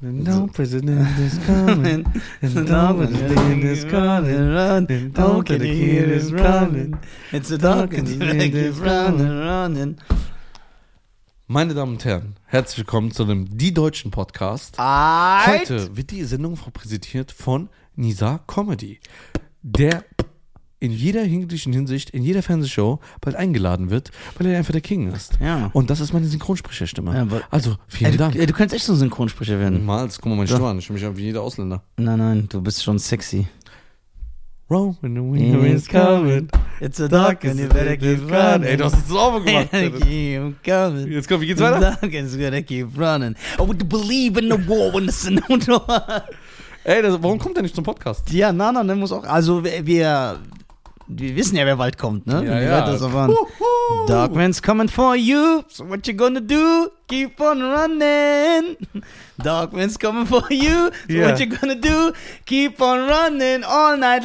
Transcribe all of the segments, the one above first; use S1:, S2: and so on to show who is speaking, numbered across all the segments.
S1: No president is coming. And no president is calling. Running. Oh, can you hear is running?
S2: It's a dog and the leg is running, running.
S1: Meine Damen und Herren, herzlich willkommen zu dem Die Deutschen Podcast.
S2: Heute.
S1: Heute wird die Sendung präsentiert von Nisa Comedy, der in jeder jeglichen Hinsicht, in jeder Fernsehshow bald eingeladen wird, weil er einfach der King ist.
S2: Ja.
S1: Und das ist meine Synchronsprecherstimme.
S2: Ja, aber- äh,
S1: also,
S2: Ey,
S1: vielen
S2: du,
S1: Dank.
S2: ey, du kannst echt so ein Synchronsprecher werden.
S1: Mals, guck mal meine Stimme an, ich fühle mich an wie jeder Ausländer.
S2: Nein, nein, du bist schon sexy.
S1: Row when the winter is coming.
S2: It's a dog and you better keep running.
S1: Ey, du hast es sauber gemacht.
S2: keep coming.
S1: Jetzt komm, wie geht's weiter?
S2: The dog is gonna keep running. I would believe in the war when the sun
S1: Ey, das, warum kommt er nicht zum Podcast?
S2: Ja, na, na, ne, muss auch. Also, wir, wir, wir wissen ja, wer bald kommt, ne? Wenn die Leute so waren.
S1: Huhu.
S2: Dogman's coming for you. So what you gonna do? Keep on running. Dogman's coming for you. So
S1: Yeah.
S2: what you gonna do? Keep on running all night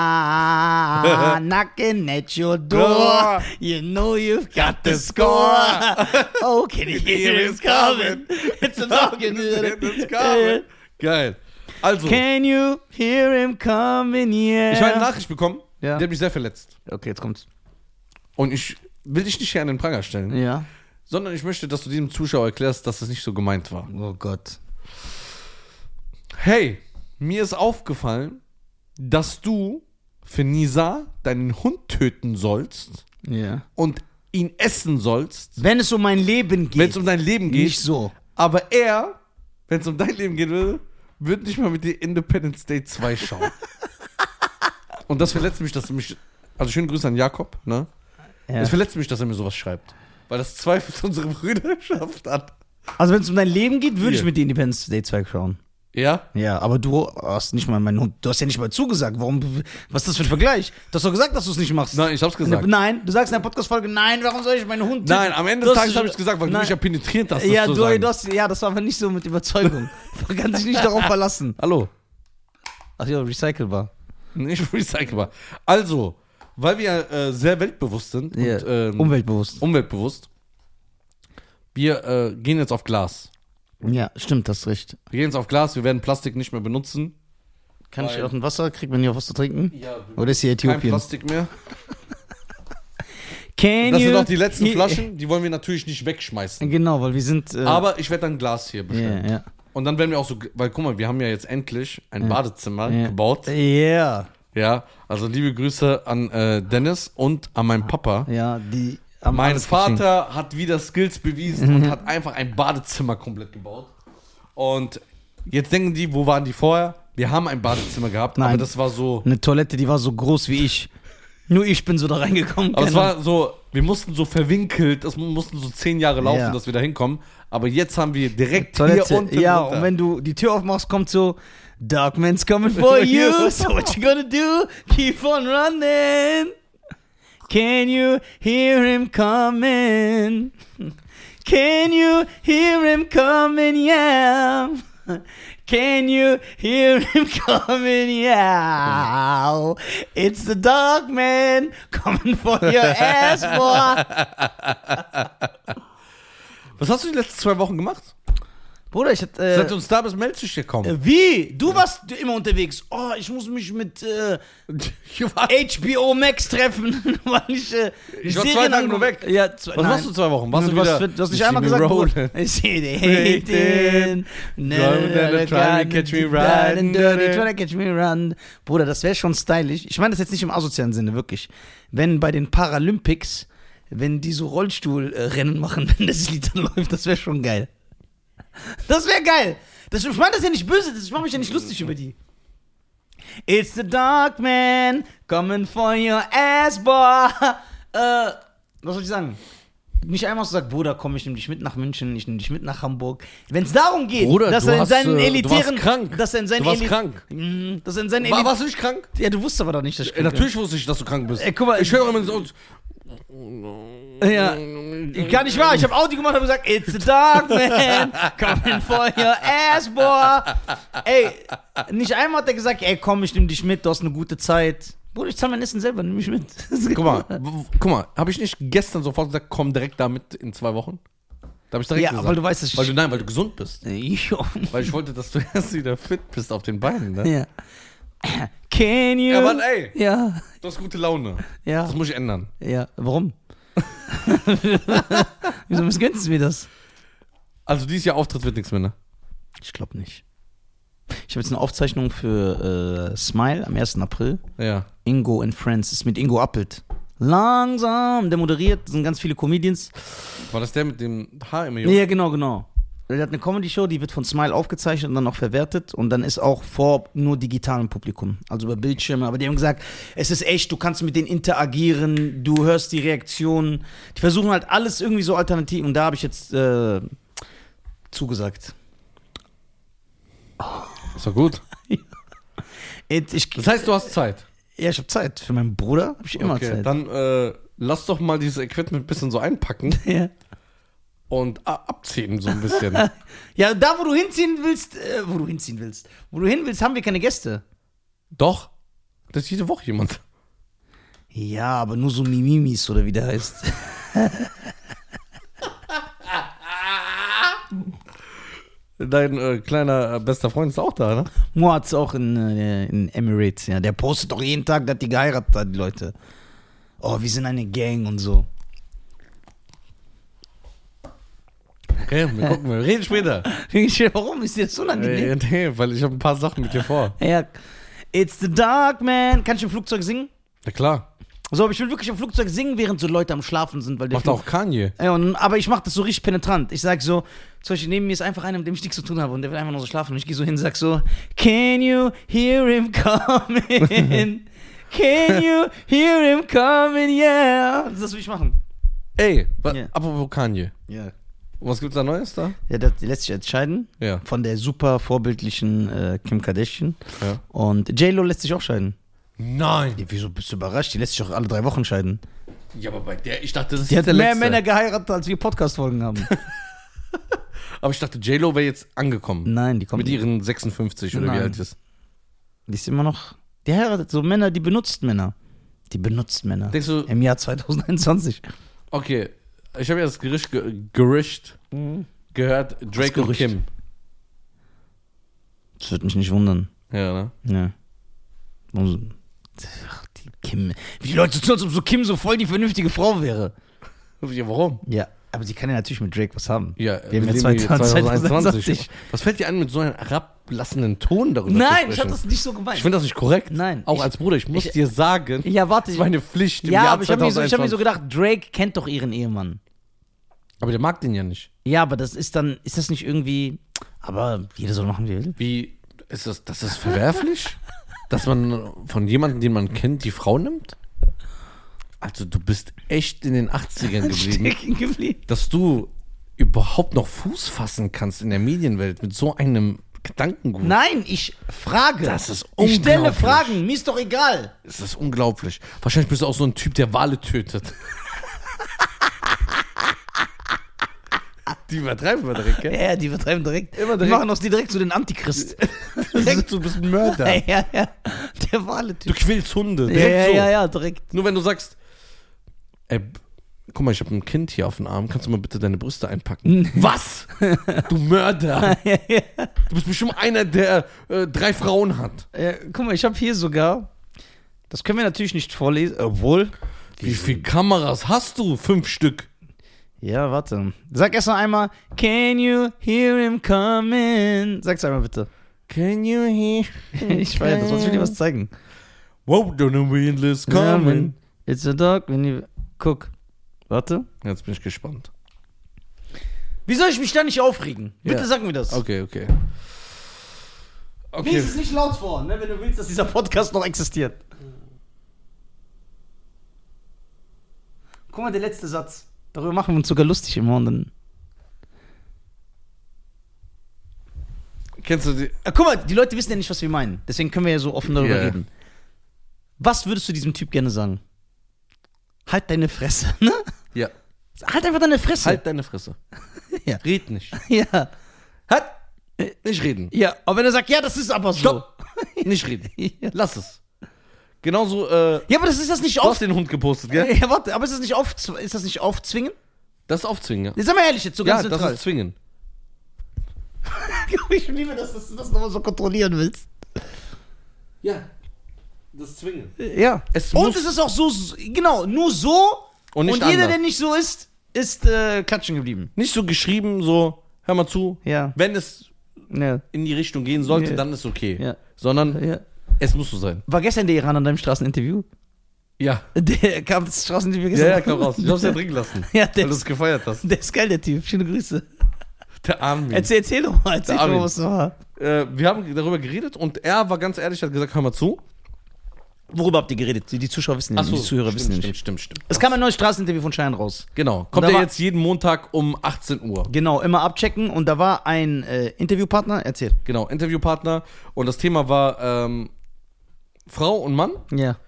S2: long. Knocking at your door.
S1: Door.
S2: You know you've got the score. oh, can you hear it's coming? It's a dog in
S1: It's coming.
S2: Äh.
S1: Geil. Also,
S2: Can you hear him coming? Yeah.
S1: ich habe eine Nachricht bekommen,
S2: Ja.
S1: die hat mich sehr verletzt.
S2: Okay, jetzt kommt's.
S1: Und ich will dich nicht hier an den Pranger stellen,
S2: Ja.
S1: sondern ich möchte, dass du diesem Zuschauer erklärst, dass das nicht so gemeint war.
S2: Oh Gott.
S1: Hey, mir ist aufgefallen, dass du für Nisa deinen Hund töten sollst
S2: Ja.
S1: und ihn essen sollst,
S2: Wenn es um mein Leben geht,
S1: wenn es um dein Leben geht.
S2: nicht so.
S1: Aber er, wenn es um dein Leben gehen würde, würde nicht mal mit dir Independence Day 2 schauen. Und das verletzt mich, dass du mich. Also schönen Grüße an Jakob, ne? Es verletzt mich, dass er mir sowas schreibt. Weil das zweifelt unsere Brüderschaft an.
S2: Also wenn es um dein Leben geht, würde
S1: Hier.
S2: ich mit dir Independence Day 2 schauen.
S1: Ja?
S2: Ja, aber du hast nicht mal meinen Hund, du hast ja nicht mal zugesagt. Warum, was ist das für ein Vergleich? Du hast doch gesagt, dass du es nicht machst.
S1: Nein, ich hab's
S2: In der-
S1: gesagt.
S2: nein, du sagst in der Podcast-Folge, nein, warum soll ich meinen Hund
S1: Nein, am Ende des
S2: Du hast-
S1: Tages habe ich gesagt, weil du
S2: Nein.
S1: mich ja penetriert hast. Das
S2: Ja,
S1: zu
S2: du,
S1: sagen.
S2: du hast, ja, das war aber nicht so mit Überzeugung. Man kann sich nicht darauf verlassen.
S1: Hallo.
S2: Ach ja, recycelbar.
S1: Nicht recycelbar. Also, weil wir äh, sehr weltbewusst sind
S2: Ja.
S1: und ähm,
S2: Umweltbewusst.
S1: umweltbewusst, wir äh, gehen jetzt auf Glas.
S2: Ja, stimmt, das ist recht.
S1: Wir gehen jetzt auf Glas, wir werden Plastik nicht mehr benutzen.
S2: Kann ich
S1: Weil-
S2: auf ein Wasser, kriegt man hier auch was zu trinken?
S1: Ja,
S2: Oder ist hier
S1: kein
S2: Äthiopien?
S1: Plastik mehr.
S2: Can
S1: Das sind
S2: you-
S1: auch die letzten
S2: Hier-
S1: Flaschen, die wollen wir natürlich nicht wegschmeißen.
S2: Genau, weil wir sind. Äh,
S1: Aber ich werde dann Glas hier
S2: Ja,
S1: bestellen.
S2: ja.
S1: Und dann werden wir auch so, weil guck mal, wir haben ja jetzt endlich ein Badezimmer
S2: Ja.
S1: gebaut.
S2: Ja,
S1: Ja, also liebe Grüße an äh, Dennis und an meinen Papa.
S2: ja, die. haben
S1: Mein
S2: alles
S1: Vater
S2: geschenkt.
S1: hat wieder Skills bewiesen
S2: Mhm.
S1: und hat einfach ein Badezimmer komplett gebaut. Und jetzt denken die, wo waren die vorher? Wir haben ein Badezimmer gehabt,
S2: Nein.
S1: aber das war so.
S2: Eine Toilette, die war so groß wie ich. Nur ich bin so da reingekommen.
S1: Aber es
S2: keine Ahnung.
S1: war so, wir mussten so verwinkelt, das mussten so zehn Jahre laufen,
S2: Ja.
S1: dass wir da hinkommen. Aber jetzt haben wir direkt hier
S2: Toilette.
S1: unten.
S2: Ja,
S1: runter.
S2: und wenn du die Tür aufmachst, kommt so. Darkman's coming for you. So what you gonna do? Keep on running. Can you hear him coming? Can you hear him coming? Yeah. Can you hear him coming? Yeah. It's the dog man coming for your ass, boy.
S1: Was hast du die letzten zwei Wochen gemacht?
S2: Bruder, ich äh, hatte.
S1: Seit du uns da bist, meldest du dich hier kaum.
S2: Äh, Wie? Du warst immer unterwegs. Oh, ich muss mich mit äh,
S1: Ich war-
S2: HBO Max treffen, weil ich. Äh,
S1: Ich war zwei
S2: Serien
S1: Tage
S2: ange-
S1: nur weg.
S2: Ja, zwei,
S1: Was
S2: nein.
S1: machst du zwei Wochen? Warst du,
S2: du,
S1: wieder,
S2: hast, du hast nicht
S1: Ich
S2: einmal
S1: sehe
S2: gesagt,
S1: mir
S2: du,
S1: rollen.
S2: I see they hating.
S1: Driving down the trying to catch me riding dirty.
S2: Trying to catch me run. Bruder, das wäre schon stylisch. Ich meine das jetzt nicht im asozialen Sinne, wirklich. Wenn bei den Paralympics, wenn die so Rollstuhlrennen machen, wenn das Lied dann läuft, das wäre schon geil. Das wäre geil. Das, ich meine das ja nicht böse, das, ich mache mich ja nicht lustig über die. It's the dark man coming for your ass, boy. Äh, was soll ich sagen? Nicht einmal so sagt, Bruder, komm, ich nehme dich mit nach München, ich nehme dich mit nach Hamburg. Wenn es darum geht,
S1: Bruder,
S2: dass
S1: du
S2: er in
S1: hast,
S2: seinen
S1: äh, du
S2: elitären.
S1: warst krank.
S2: Dass er in seinen
S1: Du warst
S2: Eli-
S1: krank. Äh,
S2: Mm, Dass er in seinen
S1: War,
S2: Eli-
S1: warst du nicht krank?
S2: Ja, du wusstest aber doch nicht, dass ich
S1: Ey,
S2: krank bin.
S1: natürlich wusste ich, dass du krank bist.
S2: Ey, Äh, guck mal,
S1: ich höre immer so.
S2: Ja. Gar nicht wahr. Ich habe Audi gemacht und habe gesagt, it's the dark man coming for your ass, boy. Ey, nicht einmal hat er gesagt, ey, komm, ich nehme dich mit, du hast eine gute Zeit. Bruder, ich zahle mein Essen selber, nimm mich mit.
S1: Guck mal, w- guck mal, habe ich nicht gestern sofort gesagt, komm direkt damit in zwei Wochen? Da habe ich direkt
S2: Ja,
S1: gesagt.
S2: weil du weißt, dass ich-
S1: Weil du, nein, weil du gesund bist.
S2: Jo.
S1: Weil ich wollte, dass du erst wieder fit bist auf den Beinen, ne?
S2: Ja. Can you?
S1: Ja, Mann, ey.
S2: Ja,
S1: Du hast gute Laune.
S2: ja,
S1: Das muss ich ändern.
S2: ja. Warum? Wieso missgönnst du mir das?
S1: Also dieses Jahr Auftritt wird nichts mehr, ne?
S2: Ich glaube nicht. Ich habe jetzt eine Aufzeichnung für äh, Smile am 1. April.
S1: Ja.
S2: Ingo and Friends ist mit Ingo Appelt. Langsam, der moderiert, sind ganz viele Comedians.
S1: War das der mit dem Haar im
S2: Ja, genau, genau. Der hat eine Comedy-Show, die wird von Smile aufgezeichnet und dann auch verwertet und dann ist auch vor nur digitalem Publikum, also über Bildschirme. Aber die haben gesagt, es ist echt, du kannst mit denen interagieren, du hörst die Reaktionen. Die versuchen halt alles irgendwie so alternativ und da habe ich jetzt äh, zugesagt.
S1: Ist doch gut.
S2: Ich, ich-
S1: Das heißt, du hast Zeit.
S2: ja, ich habe Zeit. Für meinen Bruder habe ich immer Zeit.
S1: Dann äh, lass doch mal dieses Equipment ein bisschen so einpacken
S2: Ja.
S1: und a- abziehen so ein bisschen.
S2: ja, da wo du hinziehen willst, äh, wo du hinziehen willst, wo du hin willst, haben wir keine Gäste.
S1: doch. Das ist jede Woche jemand.
S2: Ja, aber nur so Mimimis oder wie der heißt.
S1: Dein äh, kleiner äh, bester Freund ist auch da, ne?
S2: Moat's auch in, äh, in Emirates, ja. Der postet doch jeden Tag, dass die geheiratet hat, die Leute. Oh, wir sind eine Gang und so.
S1: Okay, wir gucken, wir reden später.
S2: Warum ist dir das unangenehm?
S1: äh, nee, weil ich habe ein paar Sachen mit dir vor.
S2: Ja. It's the dark man. Kann ich im Flugzeug singen?
S1: Ja klar.
S2: So, aber ich will wirklich im Flugzeug singen, während so Leute am Schlafen sind, weil der
S1: Macht auch Kanye.
S2: Ja, und, aber ich mache das so richtig penetrant. Ich sag so, zum Beispiel neben mir ist einfach einer, mit dem ich nichts zu tun habe und der will einfach nur so schlafen. Und ich gehe so hin und sag so, Can you hear him coming? Can you hear him coming? Yeah. Das will ich machen.
S1: Ey, wa-
S2: Ja.
S1: apropos Kanye.
S2: Ja.
S1: Was gibt's da Neues da?
S2: Ja, das lässt sich entscheiden.
S1: Ja.
S2: Von der super vorbildlichen äh, Kim Kardashian.
S1: ja.
S2: Und J-Lo lässt sich auch scheiden.
S1: Nein.
S2: Ja, wieso bist du überrascht? Die lässt sich auch alle drei Wochen scheiden.
S1: Ja, aber bei der, ich dachte, das ist
S2: Die hat
S1: der
S2: mehr
S1: letzte.
S2: Männer geheiratet, als wir Podcast-Folgen haben.
S1: Aber ich dachte, JLo wäre jetzt angekommen.
S2: Nein, die kommt
S1: Mit ihren 56 oder
S2: Nein.
S1: wie alt ist.
S2: Die ist immer noch. Die heiratet so Männer, die benutzt Männer. Die benutzt Männer.
S1: Denkst du-
S2: Im Jahr 2021.
S1: Okay, ich habe ja das Gerücht, ge Gerücht gehört, Drake und
S2: Mhm. Gerücht?
S1: Kim.
S2: Das würde mich nicht wundern.
S1: Ja, ne?
S2: Ja. Also, ach, die Kim. Wie die Leute so tun, als ob so Kim so voll die vernünftige Frau wäre.
S1: Ja, warum?
S2: Ja. Aber sie kann ja natürlich mit Drake was haben.
S1: Ja,
S2: Wir haben ja
S1: leben
S2: 2021.
S1: Was fällt dir ein, mit so einem herablassenden Ton darüber
S2: Nein,
S1: zu
S2: ich habe
S1: sprechen?
S2: das nicht so gemeint.
S1: Ich finde das nicht korrekt.
S2: Nein,
S1: Auch
S2: ich-
S1: als Bruder, ich muss
S2: ich-
S1: dir sagen, das
S2: ja, warte.
S1: ist
S2: Ich,
S1: meine Pflicht im
S2: ja,
S1: Jahr
S2: aber ich habe mir, so, ich hab mir so
S1: 2021.
S2: gedacht, Drake kennt doch ihren Ehemann.
S1: Aber der mag den ja nicht.
S2: Ja, aber das ist dann, ist das nicht irgendwie. Aber jeder soll machen, wie er will.
S1: Wie, ist das, das ist verwerflich? dass man von jemandem, den man kennt, die Frau nimmt? Also du bist echt in den 80ern geblieben.
S2: Stecken geblieben.
S1: dass du überhaupt noch Fuß fassen kannst in der Medienwelt mit so einem Gedankengut.
S2: Nein, ich frage.
S1: Das ist
S2: Ich stelle
S1: unglaublich.
S2: Fragen, mir ist doch egal.
S1: Das ist unglaublich. Wahrscheinlich bist du auch so ein Typ, der Wale tötet. Die übertreiben wir direkt, gell?
S2: Ja, die vertreiben direkt.
S1: Immer
S2: Die
S1: direkt.
S2: machen aus dir direkt zu den Antichrist.
S1: Direkt, du bist ein Mörder.
S2: ja, ja. Der wale
S1: Du
S2: Typ.
S1: quälst Hunde.
S2: Ja,
S1: Direkt
S2: ja,
S1: so.
S2: ja, ja, direkt.
S1: Nur wenn du sagst, ey, b- guck mal, ich habe ein Kind hier auf dem Arm, kannst du mal bitte deine Brüste einpacken? Was? Du Mörder.
S2: Ja, ja.
S1: Du bist bestimmt einer, der äh, drei Frauen hat.
S2: Ja, guck mal, ich habe hier sogar. Das können wir natürlich nicht vorlesen, obwohl.
S1: Wie viele Kameras hast du? Fünf Stück.
S2: Ja, warte. Sag erst noch einmal, can you hear him coming? Sag's einmal bitte.
S1: Can you hear?
S2: Ich feier das, sonst will ich dir was zeigen.
S1: Wow, the wind is coming.
S2: It's a dog, when you. Guck. Warte.
S1: Jetzt bin ich gespannt.
S2: Wie soll ich mich da nicht aufregen? Bitte
S1: Ja.
S2: sag mir das.
S1: Okay, okay. Okay.
S2: Lies es nicht laut vor, ne, wenn du willst, dass dieser Podcast noch existiert. Guck mal, der letzte Satz. Darüber machen wir uns sogar lustig immer und dann.
S1: Kennst du die?
S2: Ah, guck mal, die Leute wissen ja nicht, was wir meinen. Deswegen können wir ja so offen darüber
S1: Ja.
S2: reden. Was würdest du diesem Typ gerne sagen? Halt deine Fresse, ne?
S1: Ja.
S2: Halt einfach deine Fresse.
S1: Halt deine Fresse.
S2: Ja.
S1: Red nicht.
S2: Ja.
S1: Halt! Nicht reden.
S2: Ja, aber wenn er sagt, ja, das ist aber so.
S1: Stopp! Nicht reden.
S2: Ja.
S1: Lass es. Genauso, äh,
S2: Ja, aber das ist das nicht
S1: du hast
S2: auf.
S1: den Hund gepostet, gell?
S2: Ja, warte, aber ist das nicht auf, ist das nicht aufzwingen?
S1: Das ist aufzwingen, ja.
S2: Jetzt sind wir ehrlich, jetzt so
S1: Ja,
S2: ganz
S1: das
S2: neutral.
S1: ist zwingen.
S2: ich liebe das, dass du das nochmal so kontrollieren willst.
S1: Ja. Das ist zwingen.
S2: Ja.
S1: Es
S2: und
S1: muss-
S2: es ist auch so, genau, nur so.
S1: Und nicht
S2: jeder,
S1: anders.
S2: der nicht so ist, ist äh, klatschen geblieben.
S1: Nicht so geschrieben, so, hör mal zu.
S2: Ja.
S1: Wenn es
S2: ja.
S1: in die Richtung gehen sollte,
S2: Ja.
S1: dann ist okay.
S2: Ja.
S1: Sondern
S2: ja.
S1: es muss so sein.
S2: War gestern der Iran an deinem Straßeninterview?
S1: Ja.
S2: Der kam das Straßeninterview
S1: Ja,
S2: gestern.
S1: ja, komm raus. Ich hab's ja drin gelassen.
S2: Ja,
S1: Weil
S2: der,
S1: du es gefeiert hast.
S2: der ist geil, der Typ. Schöne Grüße.
S1: Der Armin.
S2: Erzähl, erzähl doch mal, erzähl doch
S1: Armin.
S2: mal, was noch war.
S1: Äh, wir haben darüber geredet und er war ganz ehrlich, hat gesagt, hör mal zu.
S2: Worüber habt ihr geredet? Die, die Zuschauer wissen ja nicht, die Zuhörer
S1: stimmt,
S2: wissen ja
S1: stimmt,
S2: nicht.
S1: stimmt, stimmt.
S2: Es kam ein neues Straßeninterview von Schein raus.
S1: Genau.
S2: Und
S1: Kommt
S2: da
S1: er
S2: war-
S1: jetzt jeden Montag um 18 Uhr.
S2: Genau, immer abchecken und da war ein äh, Interviewpartner, erzähl.
S1: Genau, Interviewpartner. Und das Thema war ähm, Frau und Mann,
S2: Ja.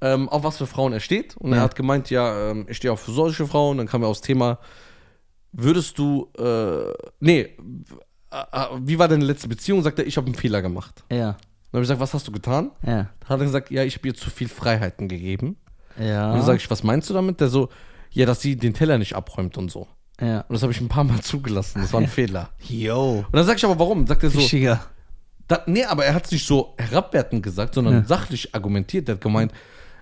S1: ähm, auf was für Frauen er steht. Und
S2: Ja.
S1: er hat gemeint, ja, ähm, ich stehe auf solche Frauen. Dann kam er aufs Thema, würdest du, äh, nee, äh, äh, wie war deine letzte Beziehung? Sagt er, ich habe einen Fehler gemacht.
S2: Ja.
S1: Dann habe ich gesagt, was hast du getan?
S2: Ja.
S1: Dann hat er gesagt, ja, ich habe ihr zu viel Freiheiten gegeben.
S2: Ja.
S1: Und dann sage ich, was meinst du damit? Der so, ja, dass sie den Teller nicht abräumt und so.
S2: ja.
S1: Und das habe ich ein paar Mal zugelassen. Das war ein Fehler.
S2: Yo.
S1: Und dann sag ich aber, warum? Sagt er so,
S2: Fischiger.
S1: da, nee, aber er hat es nicht so herabwertend gesagt, sondern sachlich argumentiert. Er hat gemeint,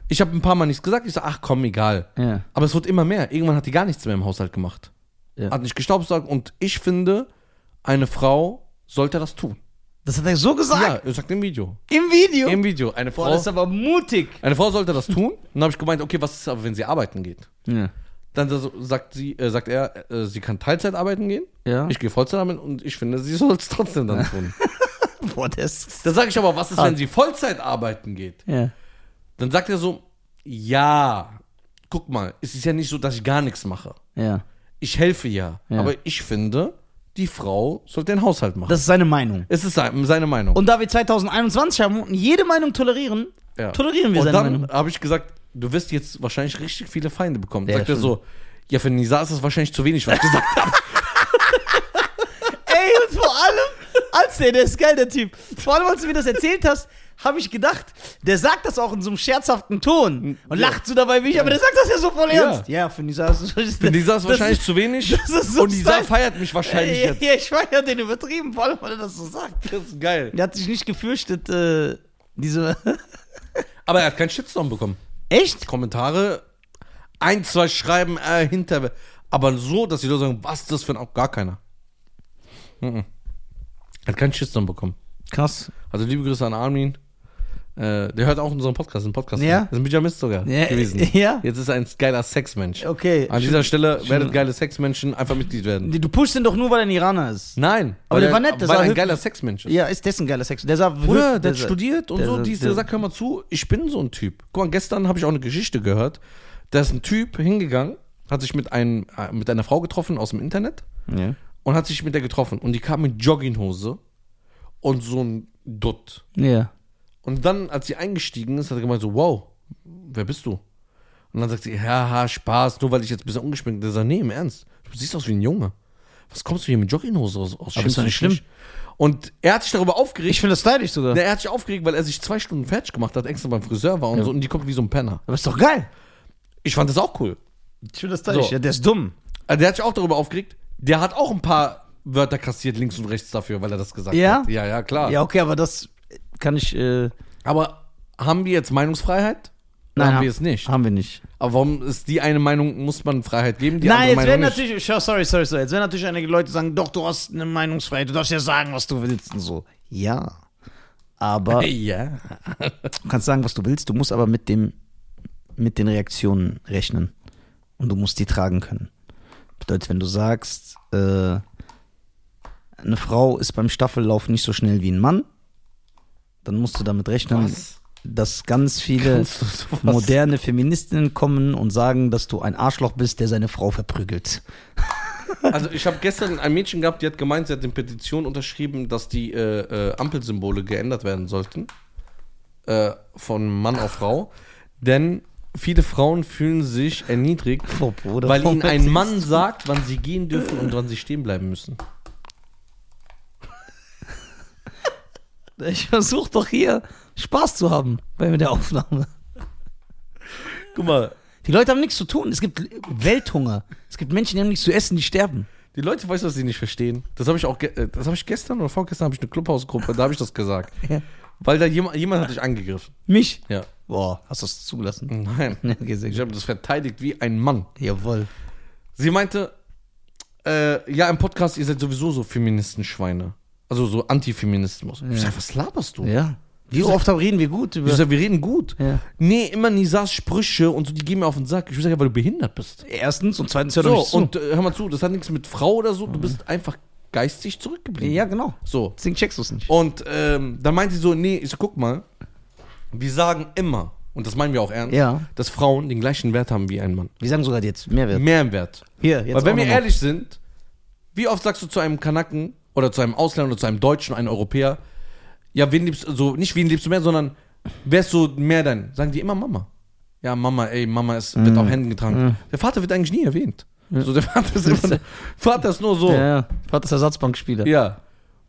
S1: ich habe ein paar Mal nichts gesagt. Ich sage, ach komm, egal.
S2: Ja.
S1: Aber es wird immer mehr. Irgendwann hat die gar nichts mehr im Haushalt gemacht.
S2: Ja.
S1: Hat nicht gestaubsaugt. Und ich finde, eine Frau sollte das tun.
S2: Das hat er so
S1: Ja,
S2: gesagt.
S1: er sagt im Video.
S2: Im Video.
S1: Im Video. Eine
S2: Boah,
S1: Frau,
S2: das ist aber mutig.
S1: eine Frau sollte das tun. Und dann habe ich gemeint, okay, was ist aber, wenn sie arbeiten geht?
S2: Ja.
S1: Dann so- sagt, sie, äh, sagt er, äh, sie kann Teilzeit arbeiten gehen.
S2: Ja.
S1: Ich gehe Vollzeit arbeiten und ich finde, sie soll es trotzdem dann tun.
S2: Boah, das ist.
S1: Dann sage ich aber, was ist,
S2: Ah.
S1: wenn sie Vollzeit arbeiten geht?
S2: Ja.
S1: Dann sagt er so, ja, guck mal, es ist ja nicht so, dass ich gar nichts mache.
S2: Ja.
S1: Ich helfe ja,
S2: Ja.
S1: aber ich finde, die Frau sollte den Haushalt machen.
S2: Das ist seine Meinung.
S1: es ist sein- seine Meinung.
S2: Und da wir 2021 haben und jede Meinung tolerieren,
S1: Ja.
S2: tolerieren wir
S1: Und
S2: seine
S1: dann
S2: Meinung.
S1: habe ich gesagt, du wirst jetzt wahrscheinlich richtig viele Feinde bekommen.
S2: Ja,
S1: sagt er
S2: stimmt.
S1: so, ja, für Nisa ist das wahrscheinlich zu wenig, was ich gesagt habe.
S2: Ey, und vor allem, als der, der ist geil, der Typ. Vor allem, als du mir das erzählt hast, habe ich gedacht, der sagt das auch in so einem scherzhaften Ton und lacht so dabei wie ich, aber der sagt das ja so voll ernst. Ja, für Nisa ist
S1: Für Nisa ist wahrscheinlich zu wenig
S2: das ist so
S1: und Nisa
S2: sein-
S1: feiert mich wahrscheinlich
S2: Ja,
S1: jetzt.
S2: ja, ich feiere den übertrieben, vor allem, weil er das so sagt.
S1: Das ist geil.
S2: Der hat sich nicht gefürchtet, äh, diese.
S1: Aber er hat keinen Shitstorm bekommen.
S2: Echt?
S1: Kommentare, ein, zwei Schreiben äh, hinter, aber so, dass die Leute sagen, was ist das für ein, Au- gar keiner. Mhm. Er Hat keinen Shitstorm bekommen.
S2: Krass.
S1: Also liebe Grüße an Armin. Äh, der hört auch unseren Podcast, einen Podcast.
S2: Ja?
S1: Das ist ein Pyjamist sogar
S2: Ja,
S1: gewesen.
S2: ja.
S1: Jetzt ist er ein geiler Sexmensch.
S2: Okay.
S1: An dieser Stelle werdet geile Sexmenschen einfach Mitglied werden.
S2: Du pushst ihn doch nur, weil er ein Iraner ist.
S1: Nein,
S2: Aber
S1: weil
S2: der
S1: er-
S2: war nett,
S1: weil
S2: der sah
S1: er ein
S2: höflich-
S1: geiler Sexmensch ist.
S2: Ja, ist dessen geiler Sex. Der sah.
S1: Bruder, der
S2: Ne, der
S1: hat
S2: sah-
S1: studiert und
S2: der-
S1: so.
S2: der-
S1: Dies,
S2: der-
S1: der sagt, hör mal zu, ich bin so ein Typ. Guck mal, gestern habe ich auch eine Geschichte gehört. Da ist ein Typ hingegangen, hat sich mit, einem, äh, mit einer Frau getroffen aus dem Internet
S2: Ja.
S1: und hat sich mit der getroffen. Und die kam mit Jogginghose und so ein Dutt.
S2: Ja.
S1: Und dann, als sie eingestiegen ist, hat er gemeint so, wow, wer bist du? Und dann sagt sie, haha, Spaß, nur weil ich jetzt ein bisschen ungeschminkt bin. Der sagt, nee, im Ernst, du siehst aus wie ein Junge. Was kommst du hier mit Jogginghose aus? aus
S2: ist doch nicht schlimm.
S1: Und er hat sich darüber aufgeregt.
S2: Ich finde das stylisch sogar.
S1: Na, er hat sich aufgeregt, weil er sich zwei Stunden fertig gemacht hat, extra beim Friseur war und so, und die kommt wie so ein Penner.
S2: Aber ist doch geil.
S1: Ich fand das auch cool.
S2: Ich finde das stylisch.
S1: So.
S2: Ja, der ist dumm.
S1: Also der hat sich auch darüber aufgeregt. Der hat auch ein paar Wörter kassiert, links und rechts dafür, weil er das gesagt
S2: Ja?
S1: hat. Ja, ja, klar.
S2: Ja, okay, aber das kann ich. Äh,
S1: Aber haben wir jetzt Meinungsfreiheit? Nein, haben wir es nicht.
S2: Haben wir nicht.
S1: Aber warum ist die eine Meinung, muss man Freiheit geben, die
S2: Nein, jetzt
S1: andere
S2: werden
S1: Meinung nicht?
S2: natürlich. Schau, sorry, sorry, sorry. Jetzt werden natürlich einige Leute sagen: Doch, du hast eine Meinungsfreiheit. Du darfst ja sagen, was du willst und so. Ja. Aber du
S1: Ja.
S2: kannst sagen, was du willst. Du musst aber mit dem. mit den Reaktionen rechnen. Und du musst die tragen können. Bedeutet, wenn du sagst, äh, eine Frau ist beim Staffellauf nicht so schnell wie ein Mann, dann musst du damit rechnen,
S1: Was?
S2: dass ganz viele
S1: Kannst du sowas?
S2: moderne Feministinnen kommen und sagen, dass du ein Arschloch bist, der seine Frau verprügelt.
S1: Also ich habe gestern ein Mädchen gehabt, die hat gemeint, sie hat eine Petition unterschrieben, dass die äh, äh, Ampelsymbole geändert werden sollten. Äh, von Mann auf Frau. Denn viele Frauen fühlen sich erniedrigt,
S2: Oh, Bruder,
S1: weil ihnen
S2: warum
S1: ein
S2: erzählst
S1: Mann sagt, wann sie gehen dürfen und wann sie stehen bleiben müssen.
S2: Ich versuche doch hier Spaß zu haben bei der Aufnahme.
S1: Guck mal,
S2: Die Leute haben nichts zu tun. Es gibt Welthunger. Es gibt Menschen, die haben nichts zu essen, die sterben.
S1: Die Leute weißt du, was sie nicht verstehen. Das habe ich auch, ge äh, das habe ich gestern oder vorgestern habe ich eine Clubhausgruppe, da habe ich das gesagt.
S2: Ja.
S1: Weil da jemand, jemand hat dich angegriffen.
S2: Mich?
S1: Ja.
S2: Boah, hast du das zugelassen?
S1: Nein.
S2: Ja, okay, sehr
S1: Ich
S2: gut.
S1: habe das verteidigt wie ein Mann.
S2: Jawohl.
S1: Sie meinte, äh, ja, im Podcast, ihr seid sowieso so Feministenschweine. Also so Antifeminismus. Ich sag, was laberst du?
S2: Ja. Wie oft reden wir gut
S1: Ich
S2: über.
S1: sag, wir reden gut.
S2: Ja.
S1: Nee, immer Nisas Sprüche und so, die gehen mir auf den Sack. Ich sag, ja, weil du behindert bist.
S2: Erstens und zweitens hört er
S1: So,
S2: nicht zu.
S1: und äh, hör mal zu, das hat nichts mit Frau oder so, du bist einfach geistig zurückgeblieben.
S2: ja, genau.
S1: So.
S2: Deswegen checkst du es nicht.
S1: Und ähm, dann meinte sie so, nee, ich so, guck mal, wir sagen immer, und das meinen wir auch ernst,
S2: Ja.
S1: dass Frauen den gleichen Wert haben wie ein Mann.
S2: Wir sagen sogar jetzt Mehrwert.
S1: Mehr im Wert.
S2: Hier,
S1: Weil
S2: jetzt.
S1: wenn
S2: auch
S1: wir
S2: nochmal.
S1: ehrlich sind, wie oft sagst du zu einem Kanaken oder zu einem Ausländer oder zu einem Deutschen, einem Europäer, ja, wen liebst du, so, nicht wen liebst du mehr, sondern wer ist so mehr dein? Sagen die immer Mama. Ja, Mama, ey, Mama ist,
S2: Mhm.
S1: wird auf Händen getragen. Der Vater wird eigentlich nie erwähnt. So, der Vater ist immer, Vater ist nur so.
S2: Ja, ja. Vater ist Ersatzbankspieler.
S1: Ja.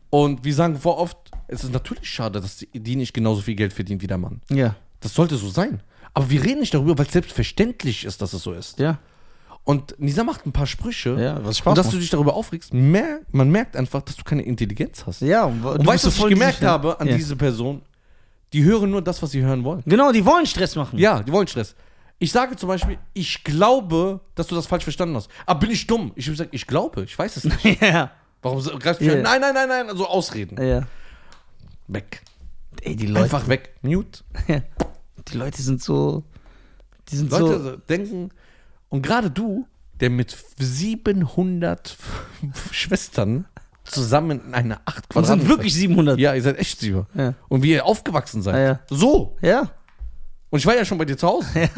S1: Und wir sagen vor oft, es ist natürlich schade, dass die- die nicht genauso viel Geld verdient wie der Mann.
S2: Ja.
S1: Das sollte so sein. Aber wir reden nicht darüber, weil es selbstverständlich ist, dass es so ist.
S2: Ja.
S1: Und Nisa macht ein paar Sprüche.
S2: Ja, was Spaß
S1: Und dass
S2: macht.
S1: du dich darüber aufregst, mer man merkt einfach, dass du keine Intelligenz hast.
S2: Ja, und,
S1: Und weißt du, was ich gemerkt habe an
S2: ja.
S1: diese Person? Die hören nur das, was sie hören wollen.
S2: Genau, die wollen Stress machen.
S1: Ja, die wollen Stress. Ich sage zum Beispiel, ich glaube, dass du das falsch verstanden hast. Aber bin ich dumm? Ich habe gesagt, ich glaube, ich weiß es nicht.
S2: ja.
S1: Warum so- greifst du mich
S2: Ja.
S1: an? Nein, nein, nein, nein, also Ausreden.
S2: ja.
S1: Weg.
S2: Ey, die Leute.
S1: Einfach weg. Mute.
S2: Die Leute sind so. Die sind
S1: Leute
S2: so.
S1: so denken, und gerade du, der mit 700 Schwestern zusammen in einer 8
S2: Und
S1: Quadratmeter.
S2: sind wirklich 700.
S1: Ja, ihr seid echt Sieber.
S2: Ja.
S1: Und wie ihr aufgewachsen seid.
S2: Ja, ja.
S1: So.
S2: Ja.
S1: Und ich war ja schon bei dir zu Hause.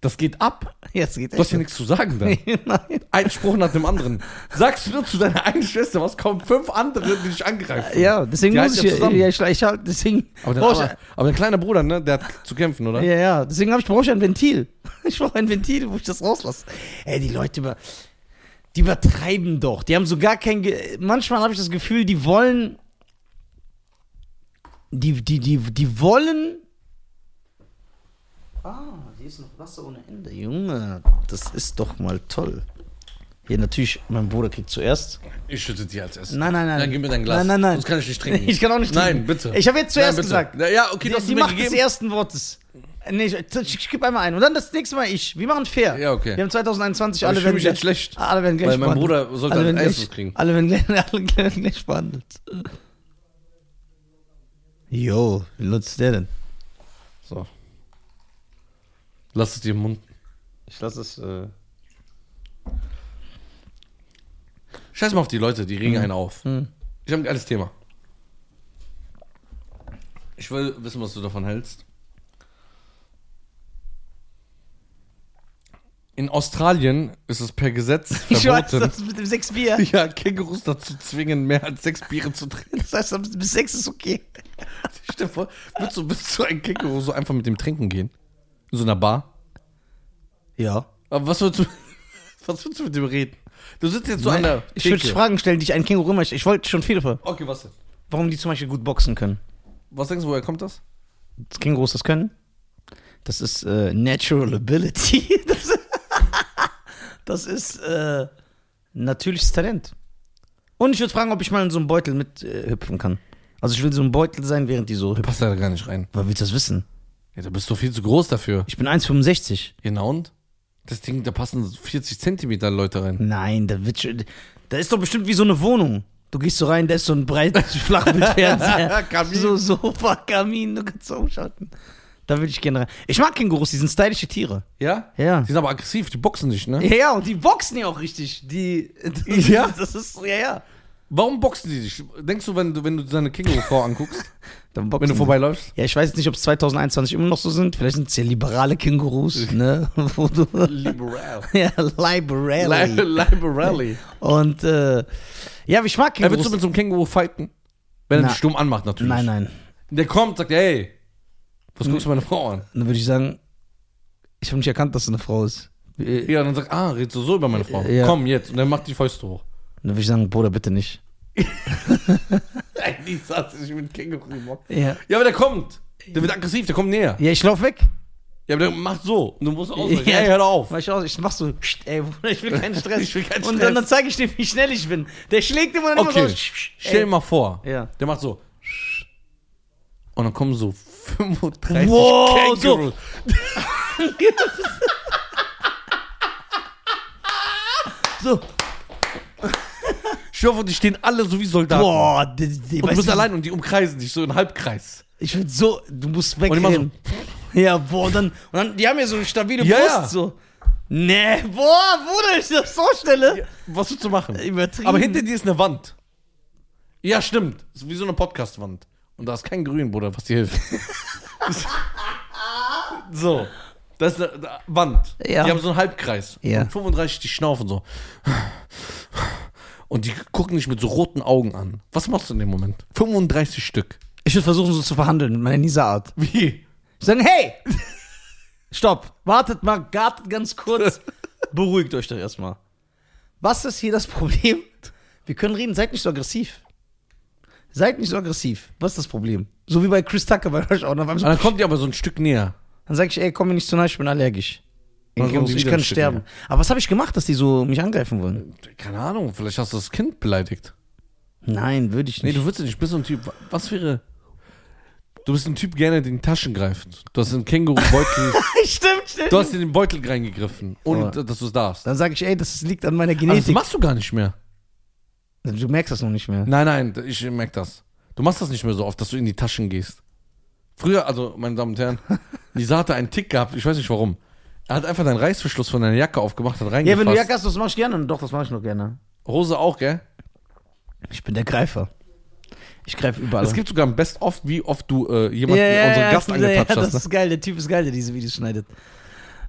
S1: Das geht ab.
S2: Jetzt geht
S1: Du hast ja nichts zu sagen da.
S2: Nein.
S1: Ein Spruch nach dem anderen. Sagst du nur zu deiner einen Schwester was, kommen fünf andere, die dich angreifen.
S2: Ja, deswegen
S1: Die
S2: muss
S1: halten
S2: ich
S1: ja
S2: ja,
S1: zusammen.
S2: ja, ich, ich hab- deswegen
S1: Aber, dein,
S2: brauch ich-
S1: aber, aber dein kleiner Bruder, ne, der hat zu kämpfen, oder?
S2: ja, ja, deswegen habe ich brauche ich ein Ventil. Ich brauche ein Ventil, wo ich das rauslasse. Ey, die Leute über die übertreiben doch. Die haben so gar kein Ge manchmal habe ich das Gefühl, die wollen die die die die wollen Ah, hier ist noch Wasser ohne Ende. Junge, das ist doch mal toll. Hier natürlich, mein Bruder kriegt zuerst.
S1: Ich schütte dir als erstes.
S2: Nein, nein, nein.
S1: Dann gib mir dein Glas.
S2: Nein, nein, nein.
S1: Sonst kann ich nicht trinken.
S2: Ich kann auch nicht trinken.
S1: Nein, bitte.
S2: Ich habe jetzt zuerst
S1: Nein, bitte.
S2: gesagt.
S1: Na, Ja, okay, du hast
S2: die
S1: es mir
S2: die macht des
S1: gegeben.
S2: ersten Wortes. Äh, Nee, ich, ich, ich gebe einmal ein. Und dann das nächste Mal ich. Wir machen fair.
S1: Ja, okay.
S2: Wir haben 2021,
S1: Aber
S2: alle
S1: ich fühl
S2: werden
S1: mich
S2: gleich-
S1: jetzt schlecht,
S2: Alle werden gleich
S1: weil mein
S2: behandelt.
S1: Bruder sollte als
S2: alle werden
S1: erstes
S2: gleich,
S1: kriegen.
S2: Alle werden, gleich- alle werden gleich behandelt. Jo, wie nutzt der denn?
S1: So. Lass es dir im Mund.
S2: Ich lasse es. äh,
S1: Scheiß mal auf die Leute, die regen einen auf. Ich habe ein geiles Thema. Ich will wissen, was du davon hältst. In Australien ist es per Gesetz
S2: ich weiß,
S1: verboten,
S2: das mit dem 6 Bier.
S1: ja, Kängurus dazu zwingen, mehr als sechs Biere zu trinken.
S2: Das heißt, bis 6 ist okay.
S1: Stell dir vor, würdest du, würdest du ein Känguru so einfach mit dem Trinken gehen? In so einer Bar?
S2: Ja.
S1: Aber was würdest du, was würdest du mit dem reden? Du sitzt jetzt so an der
S2: ich würde
S1: Theke.
S2: Fragen stellen, die ich einen Känguru immer. Ich wollte schon viele vor.
S1: Okay, was denn?
S2: Warum die zum Beispiel gut boxen können.
S1: Was denkst du, woher kommt das?
S2: dass Kängurus das können. Das ist äh, Natural Ability. Das, das ist äh, natürliches Talent. Und ich würde fragen, ob ich mal in so einem Beutel mit äh, hüpfen kann. Also ich will so ein Beutel sein, während die so hüpfen.
S1: Passt leider gar nicht rein.
S2: Weil willst du das wissen?
S1: Ja, da bist du viel zu groß dafür.
S2: Ich bin 1,65.
S1: Genau und? Das Ding, da passen 40 Zentimeter Leute rein.
S2: Nein, da wird schon, Da ist doch bestimmt wie so eine Wohnung. Du gehst so rein, da ist so ein breites Flachbildfernseher.
S1: Kamin.
S2: So Sofa, Kamin, du kannst umschalten. Da würde ich gerne rein. Ich mag Kängurus, die sind stylische Tiere.
S1: Ja?
S2: Ja.
S1: Die sind aber aggressiv, die boxen nicht, ne?
S2: Ja, ja, und die boxen ja auch richtig. Die.
S1: Ja?
S2: Das ist, ja, ja.
S1: Warum boxen die dich? Denkst du, wenn du, wenn du deine Känguru-Frau anguckst,
S2: Dann boxen
S1: wenn du
S2: die.
S1: vorbeiläufst?
S2: Ja, ich weiß jetzt nicht, ob es 2021 immer noch so sind. Vielleicht sind es ja liberale Kängurus, ne? Wo du,
S1: Liberal.
S2: ja, liberale.
S1: Liberally.
S2: Und, äh, ja, ich mag
S1: Ja, Äh, willst du
S2: Kängurus.
S1: mit so einem Känguru fighten? Wenn er
S2: Na.
S1: dich stumm anmacht, natürlich.
S2: nein, nein. Hm.
S1: Der kommt, sagt, hey, was guckst du meine Frau an?
S2: Dann würde ich sagen, ich habe nicht erkannt, dass du eine Frau ist. Äh,
S1: Ja, und dann sagt, ah, redest du so über meine Frau?
S2: Ja.
S1: Komm jetzt. Und dann macht die Fäuste hoch.
S2: Dann würde ich sagen, Bruder, bitte nicht.
S1: Eigentlich saß ich mit Känguru.
S2: Ja.
S1: Ja, aber der kommt. Der wird aggressiv, der kommt näher.
S2: Ja, ich lauf weg.
S1: Ja, aber dann mach so. Und du musst ausweichen.
S2: Ja.
S1: Ey, hör auf.
S2: Mach ich, aus, ich mach so, pst, ey, Bruder, ich will keinen Stress.
S1: Ich will keinen
S2: Und
S1: Stress.
S2: dann, dann zeige ich dir, wie schnell ich bin. Der schlägt immer dann
S1: Okay,
S2: immer so. pst, pst,
S1: stell dir
S2: ey.
S1: mal vor,
S2: Ja.
S1: der macht so. Und dann kommen so 35
S2: Wow, so.
S1: Kängurus.
S2: So.
S1: Ich hoffe, die stehen alle so wie Soldaten.
S2: Boah, die, die,
S1: Und du
S2: weißt
S1: bist
S2: du,
S1: allein und die umkreisen dich so in Halbkreis.
S2: Ich würde so, du musst
S1: Und die
S2: wegrennen.
S1: machen
S2: Ja, boah, und dann, und dann, die haben ja so eine stabile
S1: Ja,
S2: Brust,
S1: ja.
S2: so. Nee, boah, Bruder, ich das vorstelle.
S1: so. Was willst du machen?
S2: Übertrieben.
S1: Aber hinter dir ist eine Wand. Ja, stimmt. Ist wie so eine Podcast-Wand. Und da ist kein Grün, Bruder, was dir hilft. so. Das ist eine eine Wand.
S2: Ja.
S1: Die haben so einen Halbkreis.
S2: Ja.
S1: Und 35, die schnaufen so. Und die gucken dich mit so roten Augen an. Was machst du in dem Moment? 35 Stück.
S2: Ich würde versuchen, so zu verhandeln mit meiner Nisa-Art.
S1: Wie?
S2: Ich sagen, hey, stopp, wartet mal, wartet ganz kurz, beruhigt euch doch erstmal. Was ist hier das Problem? Wir können reden, seid nicht so aggressiv. Seid nicht so aggressiv. Was ist das Problem? So wie bei Chris Tucker bei Rush Hour. ne? Dann,
S1: Und dann kommt die aber so ein Stück näher.
S2: dann sage ich, ey, komm mir nicht zu nahe, ich bin allergisch.
S1: Dann
S2: Ich,
S1: kommen die
S2: ich
S1: wieder
S2: kann
S1: ein Stück
S2: sterben.
S1: näher.
S2: Aber was habe ich gemacht, dass die so mich angreifen wollen?
S1: Keine Ahnung, vielleicht hast du das Kind beleidigt.
S2: Nein, würde ich
S1: Äh. Nee,
S2: nicht.
S1: du würdest nicht. Du bist so ein Typ. Was wäre. Du bist ein Typ, gerne in den Taschen greift. Du hast einen Kängurubeutel.
S2: stimmt, stimmt.
S1: du hast in den Beutel reingegriffen. Ohne,
S2: Aber-
S1: dass du es darfst.
S2: Dann sage ich, ey, das liegt an meiner
S1: Aber das
S2: Genetik.
S1: machst du gar nicht mehr.
S2: Du merkst das noch nicht mehr.
S1: Nein, nein, ich merke das. Du machst das nicht mehr so oft, dass du in die Taschen gehst. Früher, also, meine Damen und Herren, Lisa hatte einen Tick gehabt. Ich weiß nicht warum. Er hat einfach deinen Reißverschluss von deiner Jacke aufgemacht, hat reingefasst.
S2: Ja, wenn du Jacke hast, das mach ich gerne. Doch, das mache ich noch gerne.
S1: Hose auch, gell?
S2: Ich bin der Greifer. Ich greife überall.
S1: Es gibt sogar ein Best-of, wie oft du äh, jemanden, unseren Gast
S2: ja,
S1: angetatscht
S2: ja,
S1: hast.
S2: Das
S1: Ne?
S2: ist geil, der Typ ist geil, der diese Videos schneidet.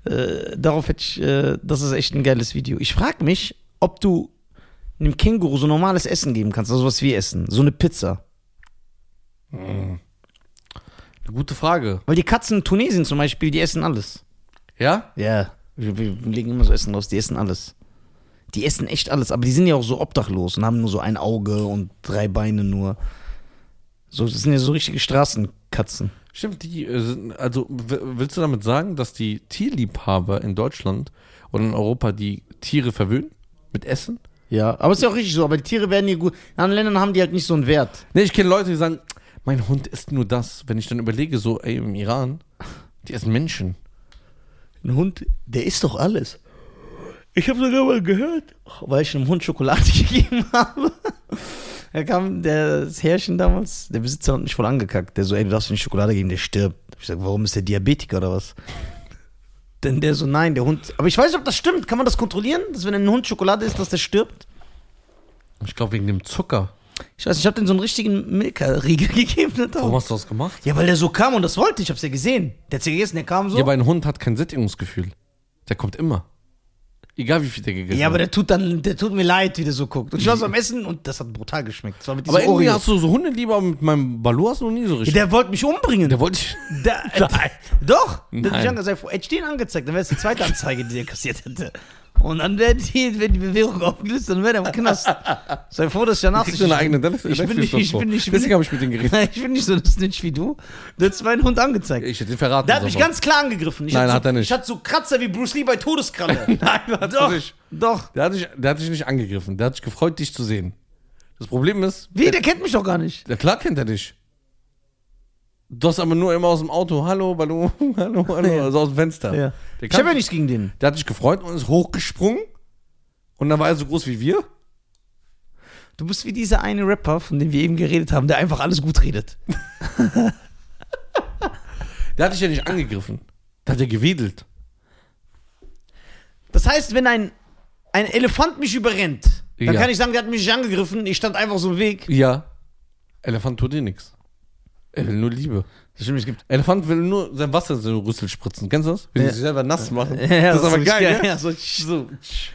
S2: Äh, darauf hätte ich, äh, das ist echt ein geiles Video. Ich frage mich, ob du einem Känguru so normales Essen geben kannst, also was wir essen, so eine Pizza.
S1: ne? Gute Frage.
S2: Weil die Katzen in Tunesien zum Beispiel, die essen alles.
S1: Ja?
S2: Ja, wir, wir legen immer so Essen raus, die essen alles. Die essen echt alles, aber die sind ja auch so obdachlos und haben nur so ein Auge und drei Beine nur. So, das sind ja so richtige Straßenkatzen.
S1: Stimmt, die äh, sind, also w- willst du damit sagen, dass die Tierliebhaber in Deutschland und in Europa die Tiere verwöhnen mit Essen?
S2: Ja, aber ist ja auch richtig so, aber die Tiere werden hier gut. In anderen Ländern haben die halt nicht so einen Wert.
S1: Ne, ich kenne Leute, die sagen, mein Hund isst nur das. Wenn ich dann überlege, so, ey, im Iran, die essen Menschen.
S2: Ein Hund, der isst doch alles. Ich habe sogar mal gehört, weil ich einem Hund Schokolade gegeben habe. Da kam der, das Herrchen damals, der Besitzer hat mich voll angekackt. Der so, ey, du darfst ihm nicht Schokolade geben, der stirbt. Ich sag, warum ist der Diabetiker oder was? Denn der so, nein, der Hund. Aber ich weiß nicht, ob das stimmt. Kann man das kontrollieren, dass wenn ein Hund Schokolade isst, dass der stirbt?
S1: Ich glaube, wegen dem Zucker.
S2: Ich weiß, nicht, ich habe den so einen richtigen Milka-Riegel gegeben. der
S1: Warum
S2: Tau-
S1: hast du das gemacht?
S2: Ja, weil der so kam und das wollte. Ich hab's ja gesehen. Der hat's ja gegessen, der kam so.
S1: Ja, aber ein Hund hat kein Sättigungsgefühl. Der kommt immer. Egal, wie viel der gegessen
S2: Ja, aber
S1: hat.
S2: der tut dann, der tut mir leid, wie der so guckt. Und ich war so am Essen und das hat brutal geschmeckt. Das war mit diesem
S1: Aber irgendwie
S2: Oreo.
S1: hast du so Hunde lieber, aber mit meinem Balu hast du noch nie so
S2: Ja,
S1: richtig.
S2: der wollte mich umbringen.
S1: der wollte ich.
S2: Da- Doch! Der hat mich
S1: Nein.
S2: angezeigt. Hätte ich den angezeigt, dann wäre es die zweite Anzeige, die der kassiert hätte. Und dann wäre die, wenn die Bewährung aufgelöst, dann wäre der im Knast. Sei froh, dass ich danach
S1: Kriegst du eine eigene Netflix-
S2: ich bin nicht, ich bin nicht, ich bin
S1: Deswegen habe ich mit denen geredet.
S2: Nein, ich bin nicht so ein Snitch wie du. Du hättest meinen Hund angezeigt.
S1: Ich hätte ihn verraten.
S2: Der hat mich
S1: sofort.
S2: ganz klar angegriffen. Ich
S1: Nein,
S2: hatte so,
S1: hat er nicht.
S2: Ich hatte so Kratzer wie Bruce Lee bei Todeskralle.
S1: Nein, hat
S2: doch,
S1: er nicht.
S2: doch.
S1: Der hat, dich, der hat dich nicht angegriffen. Der hat sich gefreut, dich zu sehen. Das Problem ist,
S2: Wie, der kennt mich doch gar nicht.
S1: der klar kennt er dich. Du hast aber nur immer aus dem Auto, hallo, Ballo, hallo, hallo,
S2: Ja.
S1: also aus dem Fenster.
S2: Ja.
S1: Der,
S2: Ich habe ja
S1: kann,
S2: nichts gegen den.
S1: der hat dich gefreut und ist hochgesprungen. Und dann war er so groß wie wir.
S2: Du bist wie dieser eine Rapper, von dem wir eben geredet haben, der einfach alles gut redet.
S1: Der hat dich ja nicht angegriffen. Der hat ja gewedelt.
S2: Das heißt, wenn ein, ein Elefant mich überrennt,
S1: Ja.
S2: dann kann ich sagen, der hat mich nicht angegriffen, ich stand einfach so im Weg.
S1: Ja. Elefant tut dir nichts. Er will nur Liebe.
S2: Das stimmt, es gibt.
S1: Elefant will nur sein Wasser in so einen Rüssel spritzen. Kennst du das? Will
S2: Ja.
S1: sich selber nass machen.
S2: Ja,
S1: das ist aber geil, geil.
S2: Ja, so, so.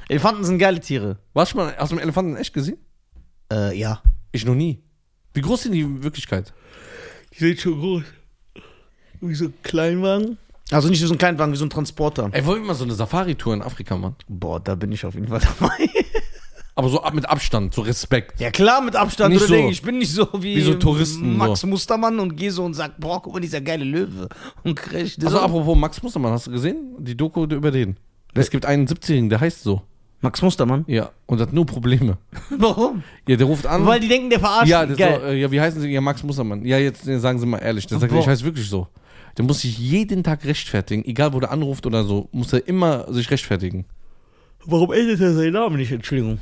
S2: Elefanten sind geile Tiere.
S1: Warst du mal, hast du einen Elefanten echt gesehen?
S2: Äh, ja.
S1: Ich noch nie. Wie groß sind die in Wirklichkeit?
S2: Die sind schon groß. Wie so ein Kleinwagen. Also nicht wie so ein Kleinwagen, wie so ein Transporter.
S1: Ey, wollen wir mal so eine Safari-Tour in Afrika machen?
S2: Boah, da bin ich auf jeden Fall dabei.
S1: Aber so ab- mit Abstand, so Respekt.
S2: Ja klar, mit Abstand.
S1: Nicht
S2: Oder
S1: so-
S2: denke ich, ich bin nicht so wie,
S1: wie so Touristen,
S2: Max Mustermann und gehe so und sag, boah, guck mal, dieser geile Löwe. Und krieg das.
S1: Also apropos Max Mustermann, hast du gesehen? Die Doku über den. Es gibt einen 70-Jährigen, der heißt so.
S2: Max Mustermann?
S1: Ja. Und hat nur Probleme.
S2: Warum?
S1: Ja, der ruft an.
S2: Weil die denken, der verarscht.
S1: ja,
S2: die.
S1: der
S2: Geil.
S1: so, äh, ja, wie heißen sie? Ja, Max Mustermann. Ja, jetzt äh, sagen Sie mal ehrlich. Der sagt,
S2: Boah.
S1: ich heiße wirklich so. Der muss sich jeden Tag rechtfertigen, egal wo der anruft oder so, muss er immer sich rechtfertigen.
S2: Warum ändert er seinen Namen nicht? Entschuldigung.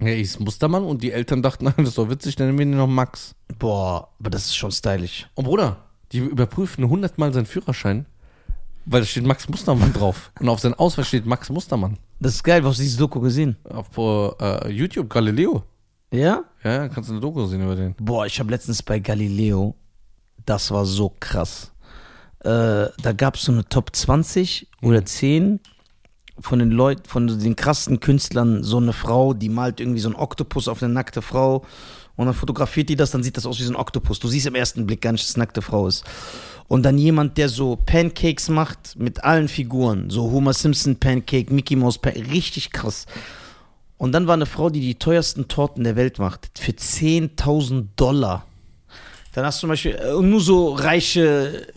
S1: Ja, ich ist Mustermann und die Eltern dachten, das ist doch witzig, dann nennen wir ihn noch Max.
S2: Boah, aber das ist schon stylisch.
S1: Und Oh, Bruder, die überprüfen 100 Mal seinen Führerschein, weil da steht Max Mustermann drauf. Und auf seinem Ausweis steht Max Mustermann.
S2: Das ist geil, du hast diese Doku gesehen.
S1: Auf äh, YouTube, Galileo.
S2: Ja?
S1: Ja, kannst du eine Doku sehen über den.
S2: Boah, ich habe letztens bei Galileo, das war so krass. Äh, da gab es so eine Top 20 oder 10 von den Leuten, von den krassen Künstlern, so eine Frau, die malt irgendwie so einen Oktopus auf eine nackte Frau und dann fotografiert die das, dann sieht das aus wie so ein Oktopus. Du siehst im ersten Blick gar nicht, dass es eine nackte Frau ist. Und dann jemand, der so Pancakes macht mit allen Figuren, so Homer Simpson Pancake, Mickey Mouse Pancake, richtig krass. Und dann war eine Frau, die die teuersten Torten der Welt macht. Für 10.000 Dollar. Dann hast du zum Beispiel äh, nur so reiche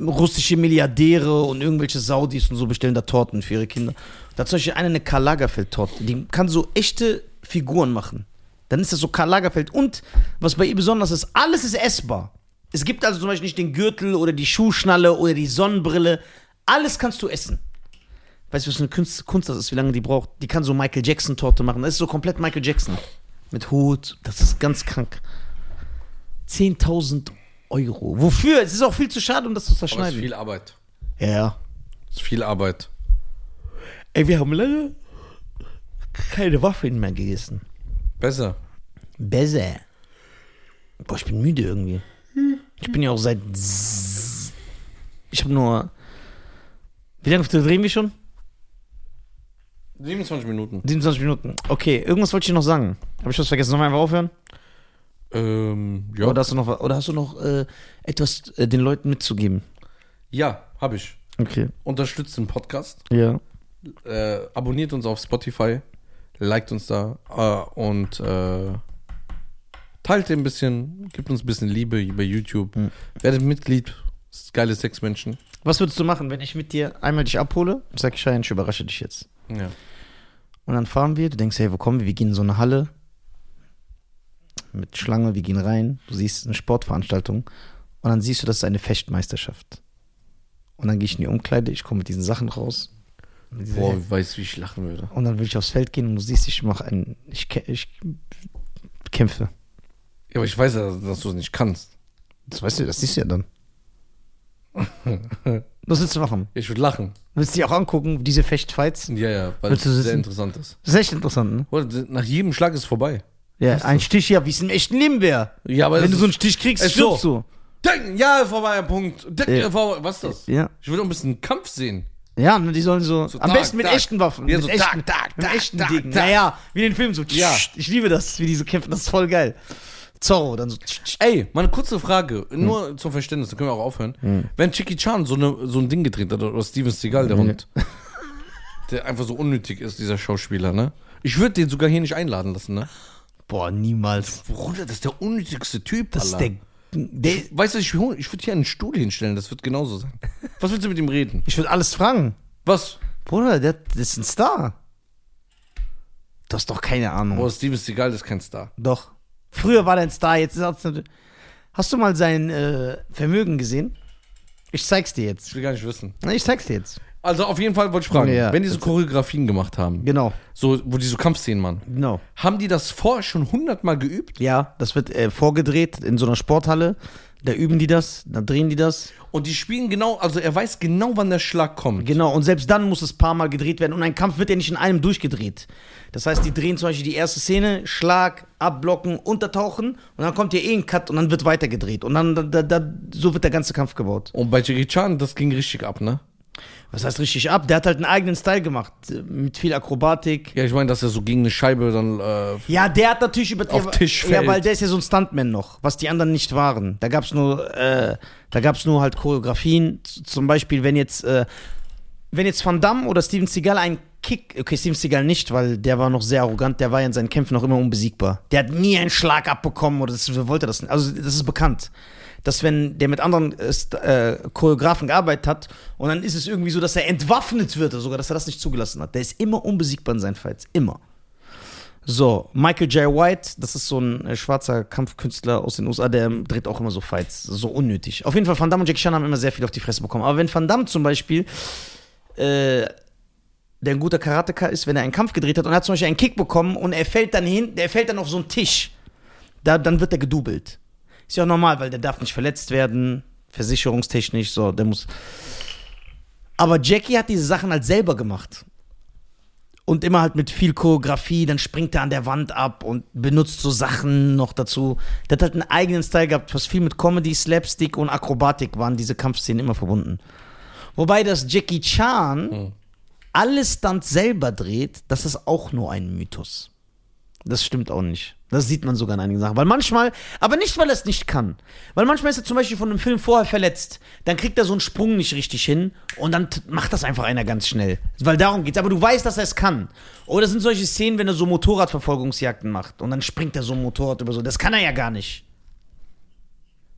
S2: russische Milliardäre und irgendwelche Saudis und so bestellen da Torten für ihre Kinder. Da hat zum Beispiel eine eine Karl Lagerfeld-Torte. Die kann so echte Figuren machen. Dann ist das so Karl Lagerfeld. Und was bei ihr besonders ist, alles ist essbar. Es gibt also zum Beispiel nicht den Gürtel oder die Schuhschnalle oder die Sonnenbrille. Alles kannst du essen. Weißt du, was für eine Kunst, Kunst das ist, wie lange die braucht? Die kann so Michael Jackson-Torte machen. Das ist so komplett Michael Jackson. Mit Hut. Das ist ganz krank. 10.000 Euro. Wofür? Es ist auch viel zu schade, um das zu
S1: Das ist
S2: zerschneiden.
S1: viel Arbeit.
S2: Ja.
S1: Das ist viel Arbeit.
S2: Ey, wir haben lange keine Waffeln mehr gegessen.
S1: Besser.
S2: Besser. Boah, ich bin müde irgendwie. Ich bin ja auch seit. s- Ich habe nur. Wie lange drehen wir schon?
S1: 27 Minuten.
S2: 27 Minuten. Okay, irgendwas wollte ich dir noch sagen. Habe ich was vergessen? Sollen wir einfach aufhören?
S1: Ähm, ja.
S2: Oder hast du noch, wa- oder hast du noch äh, etwas äh, den Leuten mitzugeben?
S1: Ja, hab ich.
S2: Okay.
S1: Unterstützt den Podcast.
S2: Ja.
S1: Äh, abonniert uns auf Spotify. Liked uns da. Äh, und äh, teilt den ein bisschen. Gibt uns ein bisschen Liebe bei YouTube. Werdet Mitglied. Das ist Geile Sexmenschen.
S2: Was würdest du machen, wenn ich mit dir einmal dich abhole und sag, Schein, ich überrasche dich jetzt?
S1: Ja.
S2: Und dann fahren wir, du denkst, hey, wo kommen wir? Wir gehen in so eine Halle mit Schlange, wir gehen rein, du siehst eine Sportveranstaltung und dann siehst du, das ist eine Fechtmeisterschaft. Und dann gehe ich in die Umkleide, ich komme mit diesen Sachen raus. Mit diesen-
S1: Boah, weißt du, wie ich lachen würde.
S2: Und dann will ich aufs Feld gehen und du siehst, ich mache einen, ich, kä- ich kämpfe.
S1: Ja, aber ich weiß ja, dass du es nicht kannst.
S2: Das weißt du, das siehst du ja dann. Was willst du machen?
S1: Ich würde lachen.
S2: Willst du dir auch angucken, diese Fechtfights?
S1: Ja, ja, weil es
S2: Willst du
S1: sehr
S2: sitzen?
S1: interessant ist.
S2: Das ist echt interessant, ne?
S1: Oder nach jedem Schlag ist es vorbei.
S2: Ja, ein Stich, ja, wie es im echten Leben wäre.
S1: Ja, aber
S2: Wenn
S1: es
S2: du so einen
S1: ist-
S2: Stich kriegst,
S1: es ist
S2: stirbst
S1: so. Denk, ja, vorbei, Punkt. Denk,
S2: Ja.
S1: vorbei. Was ist das?
S2: Ja.
S1: Ich will auch ein bisschen Kampf sehen.
S2: du. Ja, ne, die sollen so. am
S1: tak,
S2: besten mit
S1: tak.
S2: echten Waffen.
S1: Ja,
S2: mit
S1: so
S2: echten,
S1: tak, tak,
S2: mit
S1: tak,
S2: echten
S1: tak,
S2: Dingen. ne?
S1: tak.
S2: Naja, wie in den Filmen so.
S1: Ja.
S2: Ich liebe das, wie diese kämpfen, das ist voll geil. Zorro, dann so.
S1: Ey, mal eine kurze Frage,
S2: Hm.
S1: nur zum Verständnis, dann können wir auch aufhören. Wenn Chicky Chan so, eine, so ein Ding gedreht hat, oder Steven Seagal, der Hund, der einfach so unnötig ist, dieser Schauspieler, ne? Ich würde den sogar hier nicht einladen lassen, ne?
S2: Boah, niemals.
S1: Bruder, das ist der unnötigste Typ,
S2: Das ist
S1: Alter.
S2: der. der
S1: Weißt du, ich, hol- ich würde hier einen Stuhl hinstellen, das wird genauso sein. Was willst du mit ihm reden?
S2: ich würde alles fragen.
S1: Was?
S2: Bruder, der, das ist ein Star. Du hast doch keine Ahnung.
S1: Boah, Steven Seagal ist kein Star.
S2: Doch. Früher war der ein Star, jetzt ist er. Hast du mal sein äh, Vermögen gesehen? Ich zeig's dir jetzt.
S1: Ich will gar nicht wissen.
S2: Na, Ich zeig's dir jetzt.
S1: Also auf jeden Fall wollte ich fragen,
S2: Ja,
S1: wenn die so Choreografien gemacht haben,
S2: Genau.
S1: so, wo die so Kampfszenen machen,
S2: Genau.
S1: haben die das vorher schon hundertmal geübt
S2: Ja, das wird äh, vorgedreht in so einer Sporthalle. Da üben die das, da drehen die das.
S1: und die spielen genau, also er weiß genau, wann der Schlag kommt.
S2: Genau, und selbst dann muss es ein paar Mal gedreht werden. Und ein Kampf wird ja nicht in einem durchgedreht. Das heißt, die drehen zum Beispiel die erste Szene, Schlag, abblocken, untertauchen. Und dann kommt ja eh ein Cut und dann wird weitergedreht. Und dann, da, da, da, so wird der ganze Kampf gebaut.
S1: Und bei Jackie Chan, das ging richtig ab, ne?
S2: Was heißt richtig ab? Der hat halt einen eigenen Style gemacht. äh, Mit viel Akrobatik.
S1: Ja, ich meine, dass er so gegen eine Scheibe dann. Äh,
S2: Ja, der hat natürlich über
S1: Auf
S2: ja,
S1: Tisch
S2: Ja,
S1: fällt.
S2: weil der ist ja so ein Stuntman noch, was die anderen nicht waren. Da gab's nur, äh, da gab's nur halt Choreografien. Z- Zum Beispiel, wenn jetzt, äh, wenn jetzt Van Damme oder Steven Seagal einen Kick, okay, Steven Seagal nicht, weil der war noch sehr arrogant, der war ja in seinen Kämpfen noch immer unbesiegbar. Der hat nie einen Schlag abbekommen oder das, wollte das nicht. Also, das ist bekannt. Dass wenn der mit anderen äh, St- äh, Choreografen gearbeitet hat und dann ist es irgendwie so, dass er entwaffnet wird, oder sogar, dass er das nicht zugelassen hat. Der ist immer unbesiegbar in seinen Fights. Immer. So, Michael J. White, das ist so ein äh, schwarzer Kampfkünstler aus den USA, der ähm, dreht auch immer so Fights. So unnötig. Auf jeden Fall, Van Damme und Jackie Chan haben immer sehr viel auf die Fresse bekommen. Aber wenn Van Damme zum Beispiel äh, der ein guter Karateka ist, wenn er einen Kampf gedreht hat und er hat zum Beispiel einen Kick bekommen und er fällt dann hin, der fällt dann auf so einen Tisch, da, dann wird er gedoubelt. Ist ja auch normal, weil der darf nicht verletzt werden, versicherungstechnisch, so, der muss. Aber Jackie hat diese Sachen halt selber gemacht. Und immer halt mit viel Choreografie, dann springt er an der Wand ab und benutzt so Sachen noch dazu. Der hat halt einen eigenen Style gehabt, was viel mit Comedy, Slapstick und Akrobatik waren diese Kampfszenen immer verbunden. Wobei das Jackie Chan alle Stunts selber dreht, das ist auch nur ein Mythos. Das stimmt auch nicht. Das sieht man sogar in einigen Sachen. Weil manchmal, aber nicht, weil er es nicht kann. Weil manchmal ist er zum Beispiel von einem Film vorher verletzt. Dann kriegt er so einen Sprung nicht richtig hin und dann t- macht das einfach einer ganz schnell. Weil darum geht's. Aber du weißt, dass er es kann. Oder sind solche Szenen, wenn er so Motorradverfolgungsjagden macht und dann springt er so ein Motorrad über so. Das kann er ja gar nicht.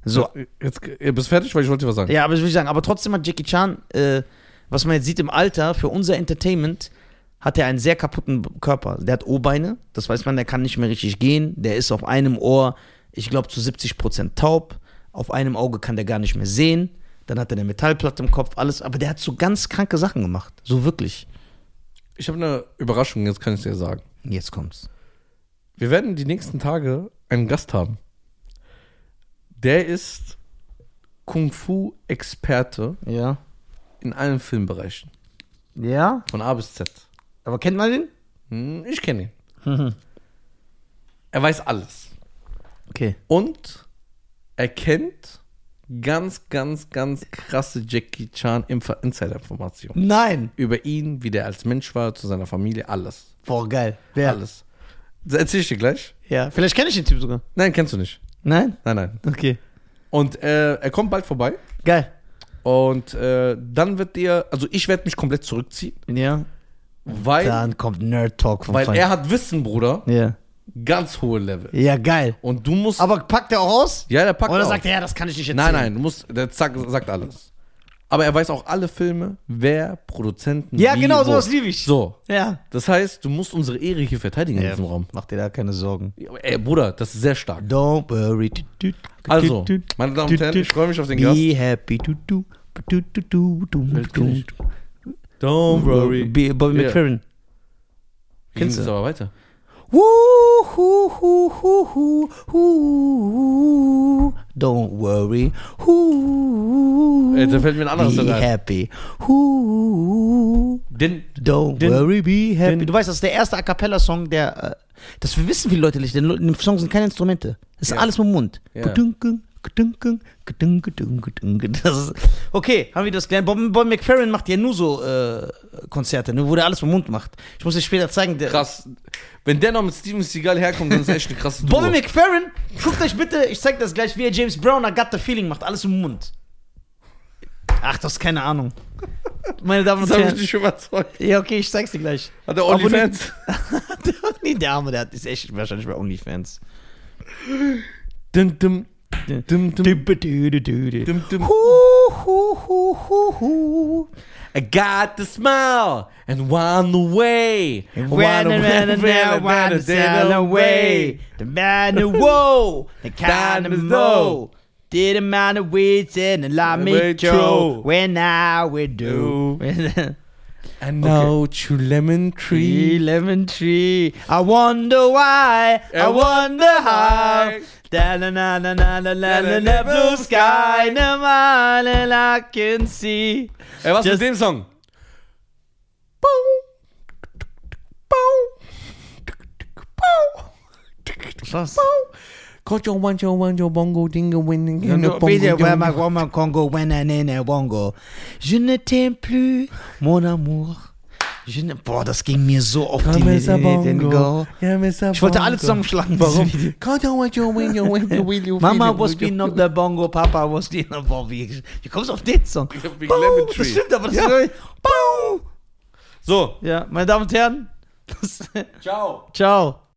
S2: So,
S1: Jetzt, ihr bist fertig, weil ich wollte was sagen.
S2: ja, aber ich will sagen, aber trotzdem hat Jackie Chan, äh, was man jetzt sieht im Alter, für unser Entertainment hat er einen sehr kaputten B- Körper. Der hat O-Beine, das weiß man, der kann nicht mehr richtig gehen, der ist auf einem Ohr, ich glaube, zu 70% taub, auf einem Auge kann der gar nicht mehr sehen, dann hat er eine Metallplatte im Kopf, alles, aber der hat so ganz kranke Sachen gemacht, so wirklich.
S1: Ich habe eine Überraschung, jetzt kann ich dir sagen.
S2: Jetzt kommt's.
S1: Wir werden die nächsten Tage einen Gast haben. Der ist Kung-Fu-Experte
S2: Ja.
S1: in allen Filmbereichen.
S2: Ja?
S1: Von A bis Z.
S2: Aber kennt man den?
S1: Hm, Ich kenne ihn. er weiß alles.
S2: Okay.
S1: Und er kennt ganz, ganz, ganz krasse Jackie Chan Inf- Insider-Informationen.
S2: Nein!
S1: Über ihn, wie der als Mensch war, zu seiner Familie, alles.
S2: Boah, geil. Wer?
S1: Alles. Das erzähl ich dir gleich.
S2: Ja. Vielleicht kenne ich den Typ sogar.
S1: Nein, kennst du nicht.
S2: Nein?
S1: Nein, nein.
S2: Okay.
S1: Und äh, er kommt bald vorbei.
S2: Geil.
S1: Und äh, dann wird dir, also ich werde mich komplett zurückziehen,
S2: Ja.
S1: weil,
S2: Dann kommt Nerd Talk vom
S1: weil
S2: Feind.
S1: er hat Wissen, Bruder,
S2: Ja.
S1: ganz hohe Level.
S2: Ja, geil.
S1: Und du musst.
S2: Aber packt er auch aus?
S1: ja, der packt
S2: Oder
S1: auf.
S2: sagt er, ja, das kann ich nicht erzählen?
S1: Nein, nein, du musst, der sagt, sagt alles. Aber er weiß auch alle Filme, wer Produzenten
S2: Ja,
S1: wie,
S2: genau,
S1: wo.
S2: sowas liebe ich.
S1: So.
S2: Ja.
S1: Das heißt, du musst unsere Ehre hier verteidigen in diesem Raum.
S2: Mach dir da keine Sorgen.
S1: Ey, Bruder, das ist sehr stark.
S2: Don't worry.
S1: Also, meine Damen und Herren, ich freue mich auf den Gast.
S2: Be happy. Du, du, du, du, du, du, du,
S1: Don't
S2: Be Bobby
S1: Ja.
S2: McFerrin.
S1: Kennst du es aber weiter?
S2: Wuhu-hu-hu-hu-hu. Don't worry. Hu.
S1: Ey, da fällt mir ein anderes
S2: Be
S1: Lied ein.
S2: happy. Hu.
S1: Den,
S2: Don't
S1: Den-
S2: worry, be happy.
S1: den-
S2: du weißt, das ist der erste A Cappella-Song, der. Äh, das wissen viele Leute nicht, denn in dem Song sind keine Instrumente. Das ist
S1: Ja.
S2: alles mit dem Mund.
S1: Ja.
S2: Gudunken, gudunken, gudunken, gudunken. Das ist, okay, haben wir das gelernt. Bob, Bob McFerrin macht ja nur so äh, Konzerte, ne, wo der alles mit dem Mund macht. Ich muss dir später zeigen. Der,
S1: krass. Wenn der noch mit Steven Seagal herkommt, dann ist das echt eine krasse Duo.
S2: Bobby McFerrin, guckt euch bitte, ich zeig das gleich, wie er James Brown I Got the Feeling macht, alles im Mund. Ach, das ist keine Ahnung. Meine Damen und
S1: Das habe ich
S2: Herren.
S1: dich überzeugt.
S2: Ja, okay, ich zeig's dir gleich.
S1: Hat der
S2: Abonniert-
S1: OnlyFans?
S2: nee, der Arme, der hat, ist echt wahrscheinlich bei OnlyFans.
S1: Dim, dim, dim, dim,
S2: Hu,
S1: dim, dim.
S2: hu, hu, hu, hu.
S1: I got the smile and one away.
S2: When the man is there, when the sail away. The man who woe, the kind of mo. Didn't mind the weeds and allow me
S1: Let me
S2: go
S1: go.
S2: when I would do.
S1: And now to lemon
S2: Tree,
S1: tree.
S2: lemon tree. I wonder why. I wonder how. Da na na na na na na na na blue sky. No more than I can see.
S1: Ey, was
S2: Just-
S1: mit dem Song? Bau. Bau. Bau.
S2: Was?
S1: Kocho, wancho, wancho, bongo, dingo, winning,
S2: Je ne
S1: bongo, dingo.
S2: ne t'aime plus, mon amour. Je ne... Boah, das ging mir so auf die
S1: Mr.
S2: Go.
S1: Bongo. Ja, Mr.
S2: Ich wollte
S1: Bongo.
S2: alle zusammenschlagen.
S1: Warum?
S2: dieses Video.
S1: Kocho, wancho, wancho, wancho, wancho,
S2: Mama
S1: wancho,
S2: was
S1: wancho.
S2: beating up the bongo, Papa was beating up... Boah, wie, wie kommst du auf den Song?
S1: hab wegen
S2: Bow,
S1: Lemon
S2: das
S1: Tree.
S2: stimmt, aber das
S1: Ja.
S2: ist... Bow.
S1: So,
S2: Ja, meine Damen und Herren, das,
S1: ciao.
S2: ciao.